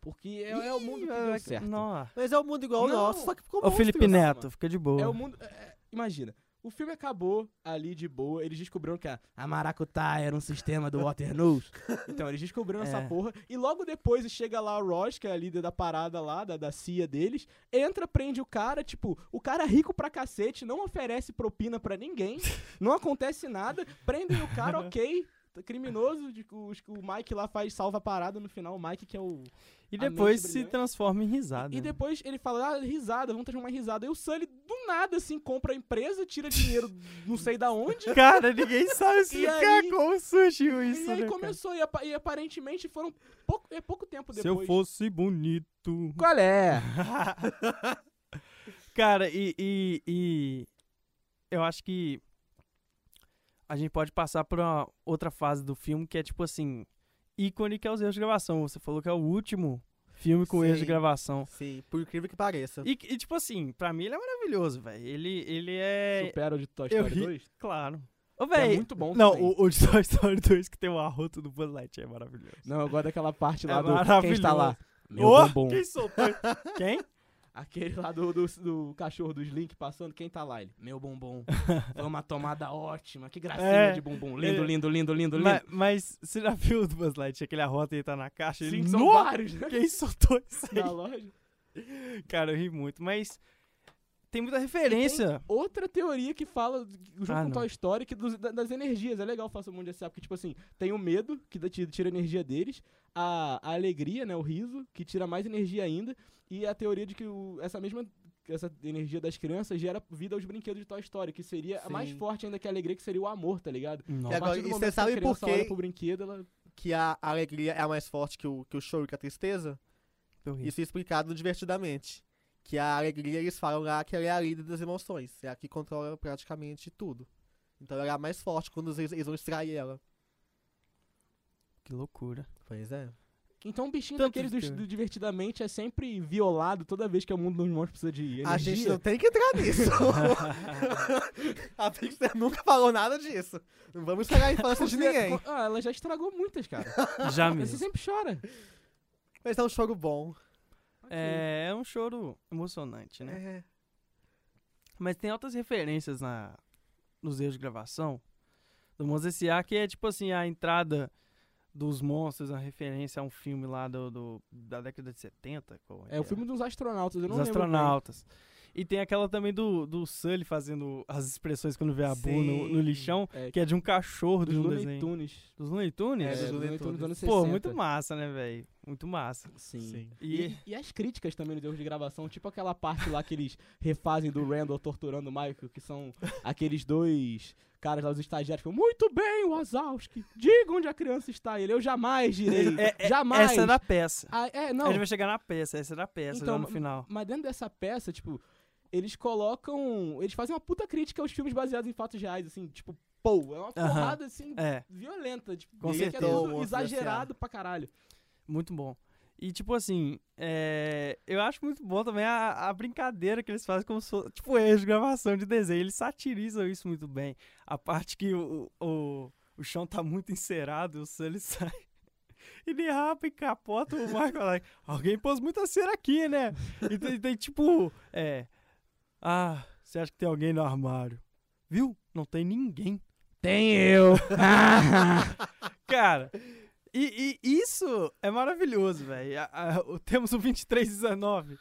C: Porque é, é o mundo que deu
A: Vai-
C: certo.
A: Nó.
B: Mas é um mundo igual ao
C: Não.
B: nosso, só que ficou
A: Ô, Felipe
C: monstros,
A: Neto,
C: calma.
A: fica de boa.
C: É o mundo. é- é- imagina. O filme acabou ali de boa, eles descobriram que a, a Maracutá era um sistema do Water News. Então, eles descobriram essa
A: É.
C: porra. E logo depois chega lá a Ross, que é a líder da parada lá, da, da CIA deles, entra, prende o cara, tipo, o cara é rico pra cacete, não oferece propina pra ninguém, não acontece nada, prendem o cara, ok. tá Criminoso, de- o, o Mike lá faz salva a parada no final, o Mike que é o
A: e
C: a mente
A: depois se
C: brilhante.
A: transforma em risada.
C: e
A: né?
C: depois ele fala, ah, risada, vamos transformar em risada. E o Sully, do nada, assim, compra a empresa, tira dinheiro não sei da onde.
A: Cara, ninguém sabe explicar
C: aí-
A: como surgiu isso.
C: e
A: né,
C: aí
A: cara?
C: começou, e, apa- e aparentemente foram pouco, é pouco tempo
A: Se eu
C: depois.
A: fosse bonito.
C: Qual é?
A: Cara, e, e- e eu acho que a gente pode passar por uma outra fase do filme que é tipo assim, ícone que é os erros de gravação. Você falou que é o último filme com erros de
B: Sim.
A: gravação.
B: Sim, por incrível que pareça.
A: E, e, tipo assim, pra mim ele é maravilhoso, velho. Ele, ele é.
C: Supera o de Toy
A: eu
C: Story
A: ri-
C: 2? que
A: Claro. Ô,
C: é
A: velho.
C: muito bom
A: não,
C: também.
A: o, o de Toy Story 2 que tem o arroto do Buzz Lightyear é maravilhoso.
C: Não, eu gosto daquela parte lá
A: É
C: do... Quem está lá? Meu
A: Ô,
C: bombom.
A: Quem soltou? quem?
C: Aquele lá do, do, do cachorro do Slink passando, quem tá lá? Ele, meu bombom. Foi uma tomada ótima, que gracinha
A: É.
C: de bombom. Lindo,
A: Ele-
C: lindo, lindo, lindo, lindo.
A: Ma- Mas, você já viu o do Buzz Lightyear, aquele arroto ele tá na caixa? Ele,
C: Sim, são
A: "Nó,
C: vários, né?
A: Quem soltou isso aí?
C: Na loja.
A: Cara, eu ri muito, mas tem muita referência.
C: Outra teoria que fala, junto
A: Ah,
C: com
A: não.
C: Toy Story, que dos- da- das energias. É legal faça o mundo SA, porque, tipo assim, tem o medo, que da- tira tira a energia deles, a, a alegria, né, o riso, que tira mais energia ainda, e a teoria de que o- essa mesma essa energia das crianças gera vida aos brinquedos de Toy Story, que seria a mais
B: Sim.
C: forte ainda que a alegria, que seria o amor, tá ligado?
A: Nossa.
B: E agora,
C: a partir do
B: e
C: momento
B: cê
C: que a
B: sabe por
C: criança
B: quê?
C: olha pro brinquedo, ela...
B: Que a a alegria é a mais forte que o, que o choro e que a tristeza.
A: eu ri.
B: Isso é explicado divertidamente. Que a alegria, eles falam lá que ela é a líder das emoções. É a que controla praticamente tudo. Então ela é a mais forte quando eles, eles vão extrair ela.
A: Que loucura.
B: Pois é.
C: Então o bichinho
A: Tanto
C: daqueles
A: que-
C: do, do Divertidamente é sempre violado toda vez que é o mundo dos monstros precisa de energia.
B: A gente não tem que entrar nisso. a Pixar nunca falou nada disso. Não vamos estragar a infância de
C: Você-
B: ninguém.
C: Ah, ela já estragou muitas, cara.
A: Já
C: Você
A: mesmo.
C: sempre chora.
B: Mas é um choro bom.
A: É, é um choro emocionante, né?
B: É.
A: Mas tem outras referências na, nos erros de gravação do Monstros S.A. que é tipo assim, a entrada dos monstros, a referência a um filme lá do, do- da década de 70. qual
C: É o
A: que
C: filme dos astronautas, eu não
A: Dos
C: lembro. é. bem.
A: astronautas. E tem aquela também do, do Sully fazendo as expressões quando vê a Bu no, no
B: Sim.
A: lixão,
C: É,
A: que é de um cachorro
C: dos
A: de um
C: Looney
A: desenho.
C: Tunes.
A: Dos Looney Tunes?
B: É, dos Looney Tunes.
C: dos anos 60.
A: Pô, muito massa, né, velho? Muito massa.
C: Sim.
A: E,
C: E, e as críticas também nos erros de gravação, tipo aquela parte lá que eles refazem do Randall torturando o Michael, que são aqueles dois caras lá, os estagiários, que falam, muito bem, Wazowski, diga onde a criança está. E Ele, eu jamais direi,
A: É, é,
C: jamais.
A: essa é da peça.
C: Ah, é, não,
A: A gente vai chegar na peça, essa é da peça,
C: Então,
A: lá no final.
C: Mas dentro dessa peça, tipo, eles colocam. Eles fazem uma puta crítica aos filmes baseados em fatos reais, assim, tipo, pô, é uma
A: Aham.
C: porrada assim.
A: É,
C: Violenta, tipo,
A: Com
C: que
A: certeza.
C: é
B: Ou
C: tudo
B: outro
C: exagerado pra caralho.
A: muito bom. E, tipo assim, é, eu acho muito bom também a, a brincadeira que eles fazem como se fosse, tipo, erro de gravação de desenho. Eles satirizam isso muito bem. A parte que o, o, o chão tá muito encerado, o Sully sai. Ele rapa e capota o Michael lá. Alguém pôs muita cera aqui, né? E tem, tem, tipo, é. Ah, você acha que tem alguém no armário? Viu? Não tem ninguém.
C: Tem eu!
A: Cara, e, e isso é maravilhoso, velho. A- a- o- Temos um o 2319.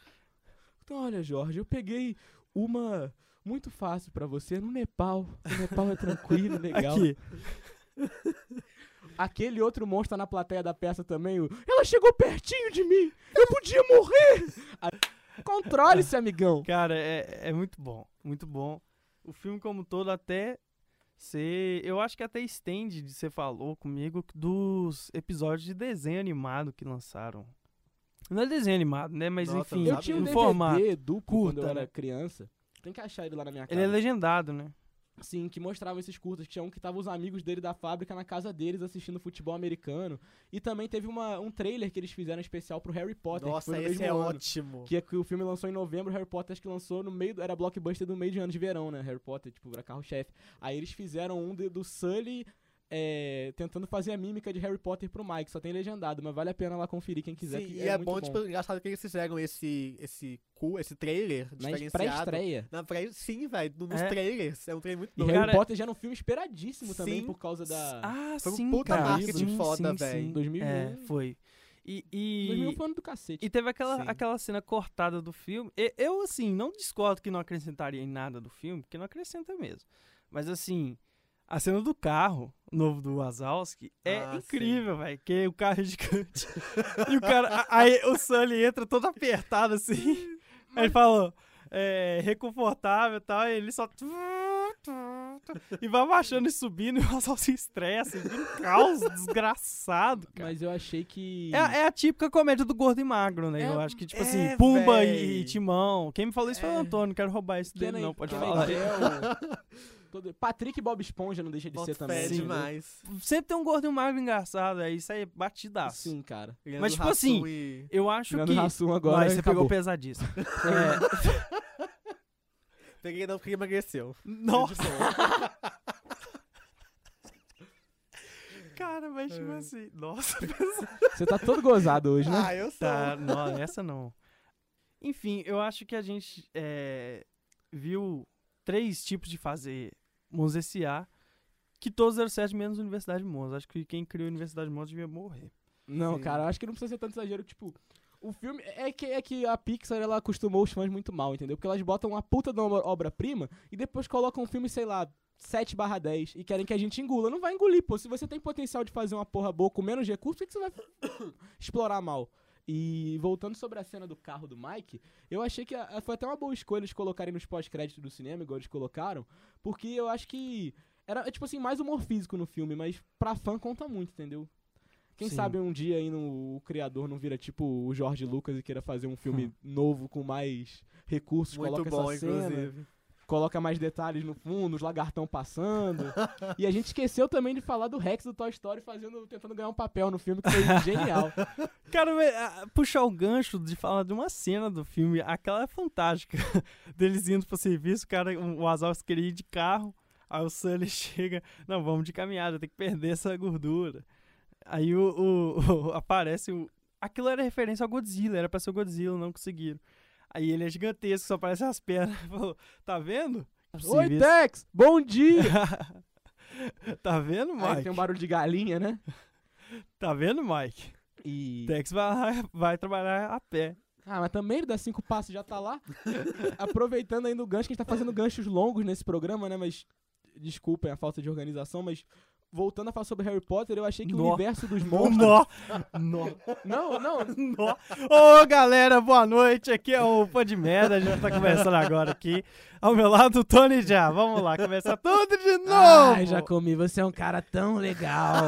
C: então, olha, Jorge, eu peguei uma muito fácil pra você no Nepal. O Nepal é tranquilo, legal.
A: Aqui.
C: Aquele outro monstro tá na plateia da peça também. o, Ela chegou pertinho de mim! Eu podia morrer! A- Controle-se, amigão!
A: Cara, é, é muito bom. Muito bom. O filme como um todo até ser... Eu acho que até estende de você falou comigo dos episódios de desenho animado que lançaram. Não é desenho animado, né? Mas
B: Nossa,
A: enfim,
C: Eu
B: Sabe?
C: tinha um
A: no
C: DVD
A: formato.
C: duplo
A: curta,
C: quando eu era
A: né?
C: criança. Tem que achar ele lá na minha casa.
A: Ele é legendado, né?
C: Sim, que mostravam esses curtas, que tinha um que tava os amigos dele da fábrica na casa deles assistindo futebol americano. E também teve uma, um trailer que eles fizeram especial pro Harry Potter. que
B: Nossa,
C: foi no
B: esse
C: mesmo
B: é
C: ano.
B: ótimo.
C: Que, é que o filme lançou em novembro, Harry Potter acho que lançou no meio. do- Era blockbuster do meio de ano de verão, né? Harry Potter, tipo, era carro-chefe. Aí eles fizeram um de- do Sully é, tentando fazer a mímica de Harry Potter pro Mike. Só tem legendado, mas vale a pena lá conferir quem quiser.
B: Sim,
C: que
B: e
C: é,
B: é,
C: muito
B: bom, tipo, engraçado que eles fizeram esse, esse, cu- esse trailer
C: Na
B: um diferenciado.
C: pré-estreia.
B: Na pré Sim, velho, no- nos
A: É.
B: trailers. É um trailer muito
C: E
A: Não,
B: doido.
C: Harry
A: cara,
C: Potter já era um filme esperadíssimo também
B: sim,
C: por causa da.
A: Ah,
B: Foi um
A: sim,
B: puta
A: cara.
C: marketing
A: sim,
B: foda,
A: sim,
B: véi.
A: sim.
C: 2001.
A: É, foi. E, e-
C: 2001 foi um ano do cacete.
A: e teve aquela,
B: Sim.
A: aquela cena cortada do filme. E- eu, assim, não discordo que não acrescentaria em nada do filme, porque não acrescenta mesmo. Mas, assim, a cena do carro novo do Wazowski é
B: Ah, sim.
A: incrível, velho. Que o carro é gigante. e o cara. a- Aí o Sully entra todo apertado, assim. Aí ele fala. É, reconfortável e tal, e ele só. tu, tu, tu, E vai baixando e subindo, e o Wazowski estressa, e vira um caos desgraçado, cara.
C: Mas eu achei que.
A: É, a- é a típica comédia do gordo e magro, né?
C: É,
A: eu acho que, tipo
B: é,
A: assim, Pumba e,
B: véi.
A: e Timão. Quem me falou isso foi
C: É.
A: o Antônio, não quero roubar isso dele, não, pode falar. É
C: Todo... Patrick e Bob Esponja não deixa de
B: Bota
C: ser também. né?
B: fé
A: sim,
C: entendeu?
B: demais.
A: Sempre tem um gordo e um magro engraçado, é isso aí, é batidaço.
C: Ah, Sim, cara.
B: Leandro
A: tipo
B: Hassum
A: assim,
B: e-
A: Eu acho
C: Tirando
A: que...
C: o Rassum agora.
A: Mas você
C: acabou.
A: pegou pesadíssimo. É,
B: Peguei não porque emagreceu.
A: Nossa,
B: De boa.
A: cara, mas tipo assim... Nossa, pesado.
C: Você tá todo gozado hoje, né?
B: ah, eu sou.
A: Tá, não, essa não. Enfim, eu acho que a gente é, viu três tipos de fazer Mons S.A., que todos eram sete menos Universidade Mons. Acho que quem criou a Universidade Mons devia morrer.
C: Não,
B: Sim.
C: cara, eu acho que não precisa ser tanto exagero, tipo. O filme é que, é que a Pixar ela acostumou os fãs muito mal, entendeu? Porque elas botam uma puta de uma obra-prima e depois colocam um filme, sei lá, 7 barra 10 e querem que a gente engula. Não vai engolir, pô. Se você tem potencial de fazer uma porra boa com menos recursos, por que, que você vai explorar mal? E voltando sobre a cena do carro do Mike, eu achei que a- a- foi até uma boa escolha eles colocarem nos pós-créditos do cinema, igual eles colocaram, porque eu acho que era, tipo assim, mais humor físico no filme, mas pra fã conta muito, entendeu? Quem
A: Sim.
C: sabe um dia aí no, o criador não vira tipo o Jorge Lucas e queira fazer um filme novo com mais recursos,
B: Hum. Muito
C: coloca
B: bom,
C: essa cena,
B: inclusive.
C: coloca mais detalhes no fundo, os lagartão passando. e a gente esqueceu também de falar do Rex do Toy Story fazendo, tentando ganhar um papel no filme que foi genial.
A: Cara, mas, ah, puxar o gancho de falar de uma cena do filme, aquela é fantástica. Deles indo pro serviço, o cara, um- o Wazowski queria ir de carro, aí o Sully chega, não, vamos de caminhada, tem que perder essa gordura. Aí o, o- o- aparece o... Aquilo era referência ao Godzilla, era pra ser o Godzilla, não conseguiram. Aí ele é gigantesco, só aparece as pernas. Falou, tá vendo?
C: Oi,
A: Serviço.
C: Tex! Bom dia!
A: Tá vendo,
C: Aí
A: Mike?
C: tem um barulho de galinha, né?
A: Tá vendo, Mike?
C: E.
A: Tex vai, lá- vai trabalhar a pé.
C: Ah, mas também ele dá cinco passos e já tá lá. Aproveitando ainda o gancho, que a gente tá fazendo ganchos longos nesse programa, né? Mas. Desculpem a falta de organização, mas. Voltando a falar sobre Harry Potter, eu achei que o
A: Nó.
C: universo dos monstros.
A: Nó! Nó!
C: não, não,
A: Nó. Ô galera, boa noite. Aqui é o Pô de Merda. A gente tá começando agora aqui. Ao meu lado, o Tony já. Vamos lá, começar tudo de novo.
C: Ai, Jacomi, você é um cara tão legal.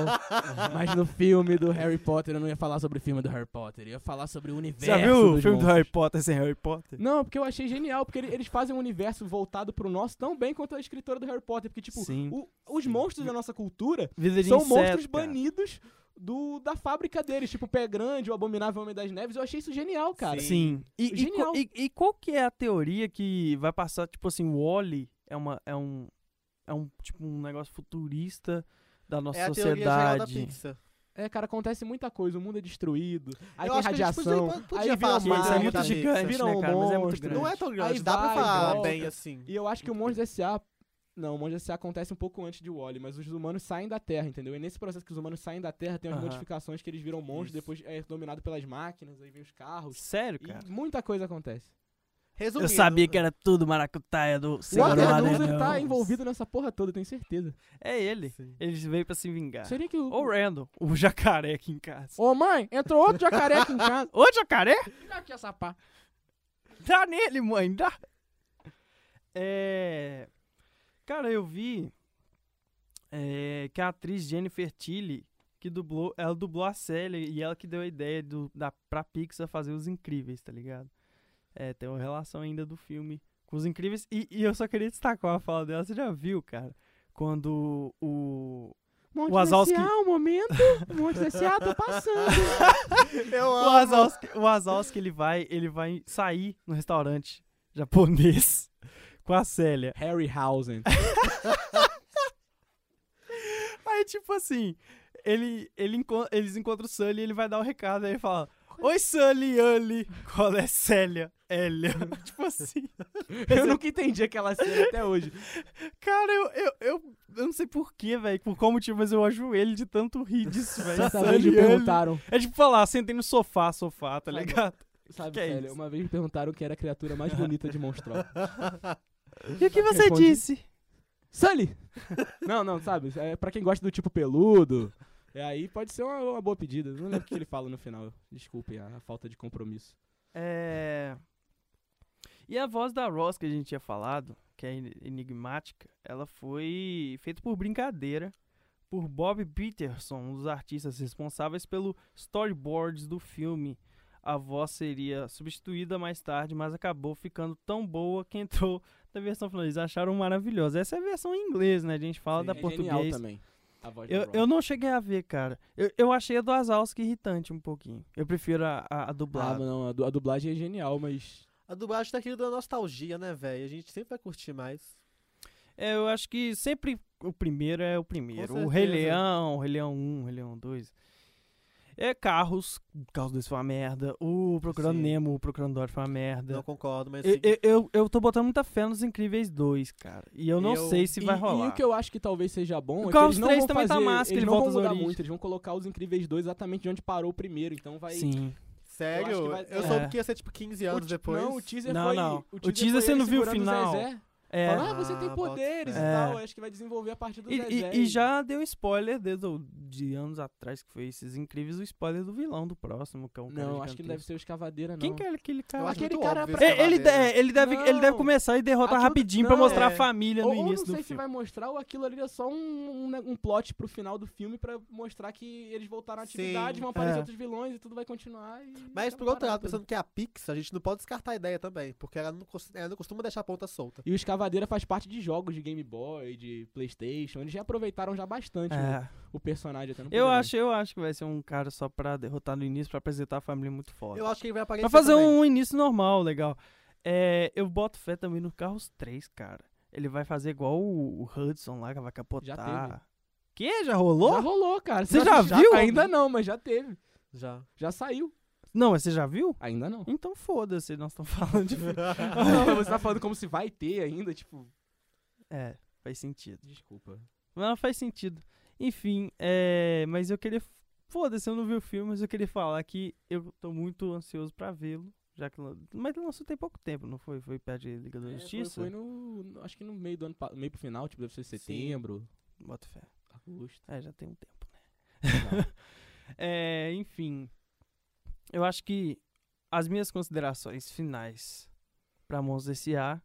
C: Mas no filme do Harry Potter eu não ia falar sobre o filme do Harry Potter, eu ia falar sobre o universo.
A: Você já viu o
C: dos
A: filme do
C: monstros.
A: Harry Potter sem Harry Potter?
C: Não, porque eu achei genial, porque ele- eles fazem um universo voltado pro nosso tão bem quanto a escritora do Harry Potter. Porque, tipo,
A: Sim.
C: o- os monstros da nossa cultura
A: Vida de
C: são
A: inseto,
C: monstros
A: cara.
C: banidos do, da fábrica deles, tipo o Pé Grande, o Abominável Homem das Neves. Eu achei isso genial, cara.
A: Sim. E, e
C: Genial.
A: co- e- e qual que é a teoria que vai passar, tipo assim, o Wally é, uma, é, um, é um tipo um negócio futurista da nossa
B: É a teoria geral da
A: sociedade?
B: pizza.
C: É, cara, acontece muita coisa, o mundo é destruído, aí
B: Eu
C: tem
B: acho que a gente podia-
C: radiação,
B: podia
C: aí vira
B: falar
C: o
B: sobre isso
A: Isso
B: Ah,
A: é
B: aí,
C: mar,
A: muito
B: tá bem.
A: gigante,
C: Viram
A: né, cara? Mas é muito
C: monstros.
A: grande.
B: Não é tão grande,
C: Aí
B: dá pra
C: vai,
B: falar
C: volta.
B: bem assim.
C: E eu acho que o Monge S.A. Não, o Monge S.A. acontece um pouco antes de Wally, mas os humanos saem da Terra, entendeu? E nesse processo que os humanos saem da Terra, tem as
A: Aham.
C: modificações que eles viram monstros,
B: Isso.
C: depois é dominado pelas máquinas, aí vem os carros.
A: Sério, cara?
C: E muita coisa acontece.
B: Resumindo.
A: Eu sabia que era tudo maracutaia É, do
C: O
A: Senhor
C: Abelhuser
A: Maranhão.
C: tá envolvido nessa porra toda, eu tenho certeza.
A: É ele.
B: Sim.
A: Ele veio pra se vingar.
C: Seria que o...
A: É. Ô, Randall, o jacaré aqui em casa.
C: Ô mãe, entrou outro jacaré aqui em casa.
A: Ô, jacaré?
C: Dá aqui essa pá.
A: Dá nele, mãe, dá. É... Cara, eu vi é, que a atriz Jennifer Tilly, que dublou, ela dublou a série e ela que deu a ideia do, da, pra Pixar fazer Os Incríveis, tá ligado? É, tem uma relação ainda do filme com Os Incríveis. E, e eu só queria destacar a fala dela. Você já viu, cara? Quando o.
C: Monte
A: Wazowski-
C: S.A., um momento. Monte S.A., tô passando.
B: Eu
A: O Wazowski, o Wazowski, ele vai, ele vai sair no restaurante japonês com a Célia.
C: Harryhausen.
A: Aí, tipo assim, ele, ele enco- eles encontram o Sully e ele vai dar o recado. Aí ele fala: Oi, Sully, Uli. Qual é Célia? Elia. tipo assim.
C: Eu nunca entendi aquela cena até hoje.
A: Cara, eu, eu, eu, eu não sei porquê, velho. Por qual motivo, mas eu ajoelho de tanto rir disso, velho.
C: Essa vez
A: Sully,
C: me
A: Uli.
C: perguntaram,
A: É tipo falar, sentei no sofá, sofá, tá
C: Vai,
A: ligado?
C: sabe,
A: Que é
C: velho?
A: isso?
C: Uma vez me perguntaram quem era a criatura mais bonita de Monstro.
A: E o que você
C: Responde.
A: disse?
C: Sully! não, não, sabe? É pra quem gosta do tipo peludo. É, aí pode ser uma, uma boa pedida. Não lembro o que ele fala no final. Desculpem a, a falta de compromisso.
A: É... E a voz da Ross que a gente tinha falado, que é en- enigmática, ela foi feita por brincadeira por Bob Peterson, um dos artistas responsáveis pelo storyboards do filme. A voz seria substituída mais tarde, mas acabou ficando tão boa que entrou na versão final. Eles acharam maravilhosa. Essa é a versão em inglês, né? A gente fala
B: Sim,
A: da
C: é genial
A: português.
C: também. A voz
A: Eu,
C: da
A: eu não cheguei a ver, cara. Eu, eu achei a do Azalski irritante um pouquinho. Eu prefiro a, a, a
C: Ah,
A: dublada.
C: mas não, a, du- a dublagem é genial, mas.
B: A dublagem tá aquilo da nostalgia, né, velho? A gente sempre vai curtir mais.
A: É, eu acho que sempre o primeiro é o primeiro.
B: Com
A: O Rei
B: certeza.
A: Leão, Rei Leão 1, Rei Leão 2. É Carros, Carros 2 foi uma merda. O Procurando
B: Sim.
A: Nemo, o Procurando Dory foi uma merda.
B: Não concordo, mas assim,
A: Eu,
B: sim.
A: eu, eu, eu tô botando muita fé nos Incríveis 2, cara. E eu não
B: Eu-
A: sei se
C: E-
A: vai
C: e,
A: rolar.
C: o que eu acho que talvez seja bom
A: O
C: é que
A: Carros
C: eles não
A: 3
C: vão
A: também
C: fazer,
A: tá massa, que
C: eles
A: ele
C: não
A: volta
C: vão
A: às
C: mudar
A: origens.
C: muito, eles vão colocar os Incríveis 2 exatamente de onde parou o primeiro, então vai
A: Sim.
C: eu
B: Sério? Eu,
C: acho que vai-
B: soube
A: é.
B: que ia ser tipo 15
C: O
B: anos
C: ti-
B: depois.
C: Não, o teaser
A: Não,
C: foi
A: não.
C: O
A: O
C: teaser,
A: teaser
C: foi
A: você
C: ele
A: não viu o
C: segurando
A: final.
C: Zezé,
A: É.
C: falando, ah, você tem
B: Ah,
C: poderes e
A: bota fé. É.
C: tal, acho que vai desenvolver a partir do
A: E, e-
C: Zezé.
A: e já deu spoiler desde o- de anos atrás que foi esses incríveis, o spoiler do vilão do próximo, que é um cara
C: Não, acho que não deve
A: gigantesco.
C: ser o Escavadeira, não.
A: Quem que é aquele cara?
B: acho
C: Aquele
B: muito
C: cara
B: óbvio
C: pra-
B: esse
A: É, ele, de-
B: cavaleiro.
A: é, ele, deve, ele
C: Não.
A: deve começar e derrotar
C: Aquilo-
A: rapidinho
C: não,
A: pra mostrar
B: é.
A: a família
C: Ou,
A: no
C: ou não
A: início
C: sei
A: do
C: se
A: filme.
C: vai mostrar, ou aquilo ali é só um, um, ne- um plot pro final do filme pra mostrar que eles voltaram à
B: Sim.
C: atividade, vão aparecer
A: É.
C: outros vilões e tudo vai continuar. e
B: Mas
C: acaba
B: por outro lado,
C: parado.
B: pensando que é a Pix, a gente não pode descartar a ideia também, porque ela não, cos- ela não costuma deixar a ponta solta.
C: E o Escavadeira faz parte de jogos de Game Boy, de Playstation, eles já aproveitaram já bastante o,
A: É.
C: o personagem até no
A: Eu,
C: programa.
A: acho, eu acho que vai ser um cara só pra derrotar no início, pra apresentar a família muito foda.
B: Eu acho que ele vai
A: Pra
B: aparecer.
A: fazer
B: também.
A: um início normal, legal. É, eu boto fé também no Carros 3, cara. Ele vai fazer igual o, o Hudson lá, que vai capotar.
C: teve.
A: Que? Já rolou?
C: Já rolou, cara.
A: Você
C: não
A: já
C: assistiu?
A: viu?
C: Ainda não, mas já teve.
A: um
B: Já.
C: Já saiu.
A: Não, mas você já viu?
C: Ainda não.
A: Então foda-se, nós estamos falando de...
C: não, mas você tá falando como se vai ter ainda, tipo.
A: é, faz sentido.
C: Desculpa.
A: Mas não faz sentido. Enfim, é, mas eu queria. Foda-se, eu não vi o filme, mas eu queria falar que eu tô muito ansioso pra vê-lo. Já que, lan- mas lançou tem pouco tempo, não foi? Foi perto de Liga da
C: É, foi,
A: Justiça?
C: foi no. no- Acho que no meio do ano. pa- Meio pro final, tipo, deve ser setembro,
A: Bota fé.
C: agosto.
A: É, já tem um tempo, né? É, enfim. Eu acho que as minhas considerações finais pra Mons S.A.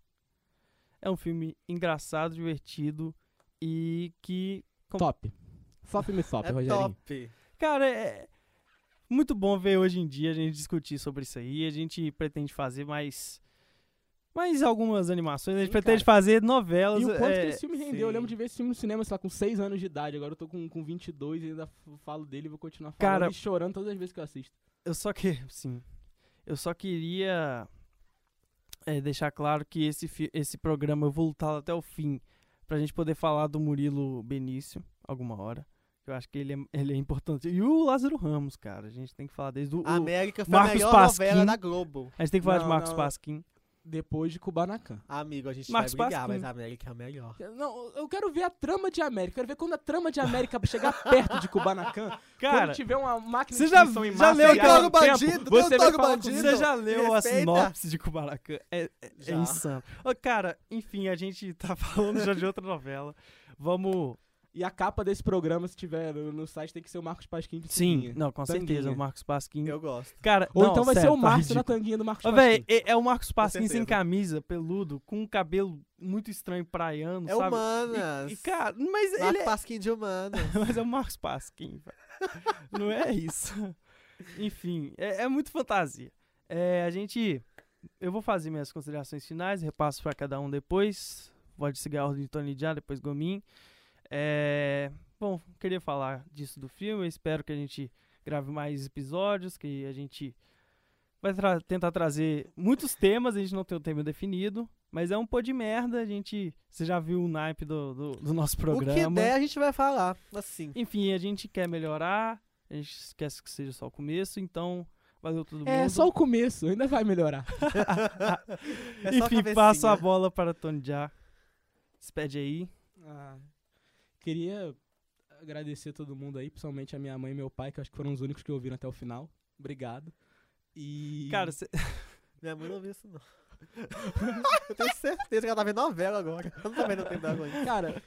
A: é um filme engraçado, divertido e que
C: Top. Top me top,
B: É
C: Rogerinho.
B: top.
A: Cara, é muito bom ver hoje em dia a gente discutir sobre isso aí. A gente pretende fazer mais, mais algumas animações. A gente
C: Sim,
A: pretende fazer novelas.
C: E o quanto
A: é,
C: que esse filme rendeu? Eu
B: sim.
C: lembro de ver esse filme no cinema, sei lá, com 6 anos de idade. Agora eu tô com, com 22 e ainda f- falo dele e vou continuar falando
A: Cara-
C: e chorando todas as vezes que eu assisto.
A: Eu só que, sim, eu só queria é, deixar claro que esse fi- esse programa eu vou lutar até o fim pra gente poder falar do Murilo Benício alguma hora. Eu acho que ele é, ele é importante. E o Lázaro Ramos, cara. A gente tem que falar desde o.
B: A
A: o-
B: América foi
A: Marcos
B: a melhor
A: Pasquim.
B: novela da Globo.
A: a gente tem que falar
C: Não,
A: de Marcos
C: não.
A: Pasquim.
C: Depois de Kubanacan.
B: Amigo, a gente
A: Marcos
B: vai brigar,
A: Pasquim.
B: mas a América é a melhor.
C: Não, eu quero ver a trama de América. Quero ver quando a trama de América chegar perto de Kubanacan,
A: Cara,
C: Quando tiver uma máquina
A: você
C: de
A: já-
C: missão em
A: já
C: massa
A: leu
C: e
A: que
C: ela
A: era
C: no
B: o
C: tempo,
B: bandido? Não
C: você
B: é o
C: vai
B: Togo
C: falar com-
B: Bandido?
A: Você já leu a
B: respeita.
A: sinopse de Kubanacan? É, é- é
B: Já.
A: insano. Ô, cara, enfim, a gente tá falando já de outra novela. Vamos.
C: E a capa desse programa, se tiver no, no site, tem que ser o Marcos Pasquim de
A: Sim,
C: tanguinha.
A: Hum, não, com
C: Tanguinha.
A: certeza, o Marcos Pasquim.
B: Eu gosto.
A: Cara,
C: Ou
A: não,
C: então vai
A: sério,
C: ser o
A: tá
C: Márcio na
A: ridículo.
C: tanguinha do Marcos
A: Ô,
C: Pasquim.
A: véi, é, é o Marcos Pasquim sem
B: certeza.
A: camisa, peludo, com um cabelo muito estranho praiano,
B: É
A: sabe?
B: humanas.
A: E, cara, mas ele
B: Marcos
A: é,
B: Pasquim de humanas.
A: mas é o Marcos Pasquim, velho. Não é isso. Enfim, é, é muito fantasia. É, a gente eu vou fazer minhas considerações finais, repasso para cada um depois. Pode seguir a ordem de Tony Jaa, depois Gomin. É, bom, queria falar disso do filme. eu Espero que a gente grave mais episódios, que a gente vai tra- tentar trazer muitos temas. A gente não tem o tema definido, mas é um pô de merda. A gente, você já viu o naipe do, do- do nosso programa?
B: O que der, a gente vai falar. Assim.
A: Enfim, a gente quer melhorar. A gente esquece que seja só o começo. Então, valeu todo mundo.
C: É só o começo, ainda vai melhorar.
B: É só
A: Enfim,
B: cabecinha.
A: passo a bola para Tony Jaa. Despede aí.
C: Queria agradecer a todo mundo aí, principalmente a minha mãe e meu pai, que eu acho que foram os únicos que ouviram até o final. Obrigado. E.
A: Cara, cê-
B: Minha mãe não viu isso, não. eu tenho certeza que ela tá vendo novela agora. Eu não tô vendo o tempo da agonia.
C: cara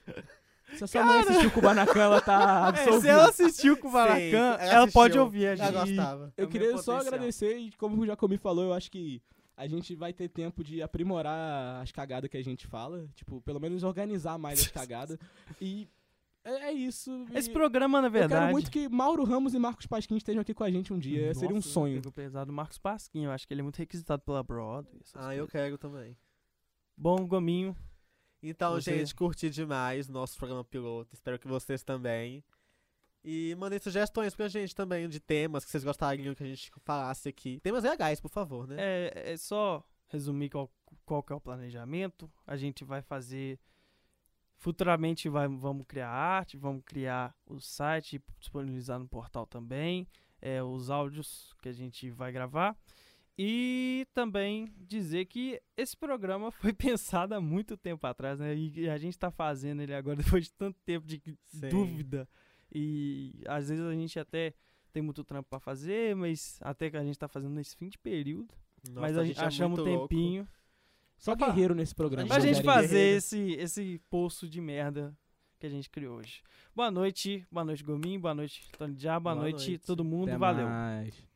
C: se a sua mãe assistiu o Kubanacan, ela tá
A: é, se
C: absolvida.
A: ela assistiu com o
B: Sei,
A: Maracan,
B: ela
A: ela, pode
B: assistiu.
A: ouvir a gente.
B: Ela gostava.
A: É
C: Eu
A: o
C: queria
A: meu
C: só
A: potencial.
C: agradecer e como o Jacomi falou, eu acho que a gente vai ter tempo de aprimorar as cagadas que a gente fala, tipo, pelo menos organizar mais as cagadas. E é, é isso.
A: Esse
C: e
A: programa, na
C: eu
A: verdade.
C: quero muito que Mauro Ramos e Marcos Pasquim estejam aqui com a gente um dia. Seria um
A: Nossa,
C: sonho.
A: pegou pesado o Marcos Pasquim, eu acho que ele é muito requisitado pela Broadway. essas
B: Ah, eu
A: coisas.
B: quero também.
A: Bom gominho.
B: Então,
A: Você-
B: gente, curti demais o nosso programa piloto. Espero que vocês também. E mandem sugestões pra gente também de temas que vocês gostariam que a gente falasse aqui. Temas legais, por favor, né?
A: É, é só resumir qual, qual que é o planejamento. A gente vai fazer. Futuramente vai- vamos criar arte, vamos criar o site, disponibilizar no portal também, é, os áudios que a gente vai gravar. E também dizer que esse programa foi pensado há muito tempo atrás, né? E e a gente está fazendo ele agora depois de tanto tempo de
B: Sim.
A: dúvida. E às vezes a gente até tem muito trampo para fazer, mas até que a gente tá fazendo nesse fim de período.
B: Nossa,
A: Mas a gente
B: é
A: achamos um
B: muito louco.
A: tempinho
C: Só guerreiro nesse programa.
A: pra
B: Mas
A: gente
B: Guerreiro.
A: fazer
B: Guerreiro.
A: esse, esse poço de merda que a gente criou hoje. Boa noite, boa noite, Gominho, boa noite, Tony Já, boa,
B: Boa
A: noite,
B: noite.
A: todo mundo,
C: Até
A: valeu.
C: mais.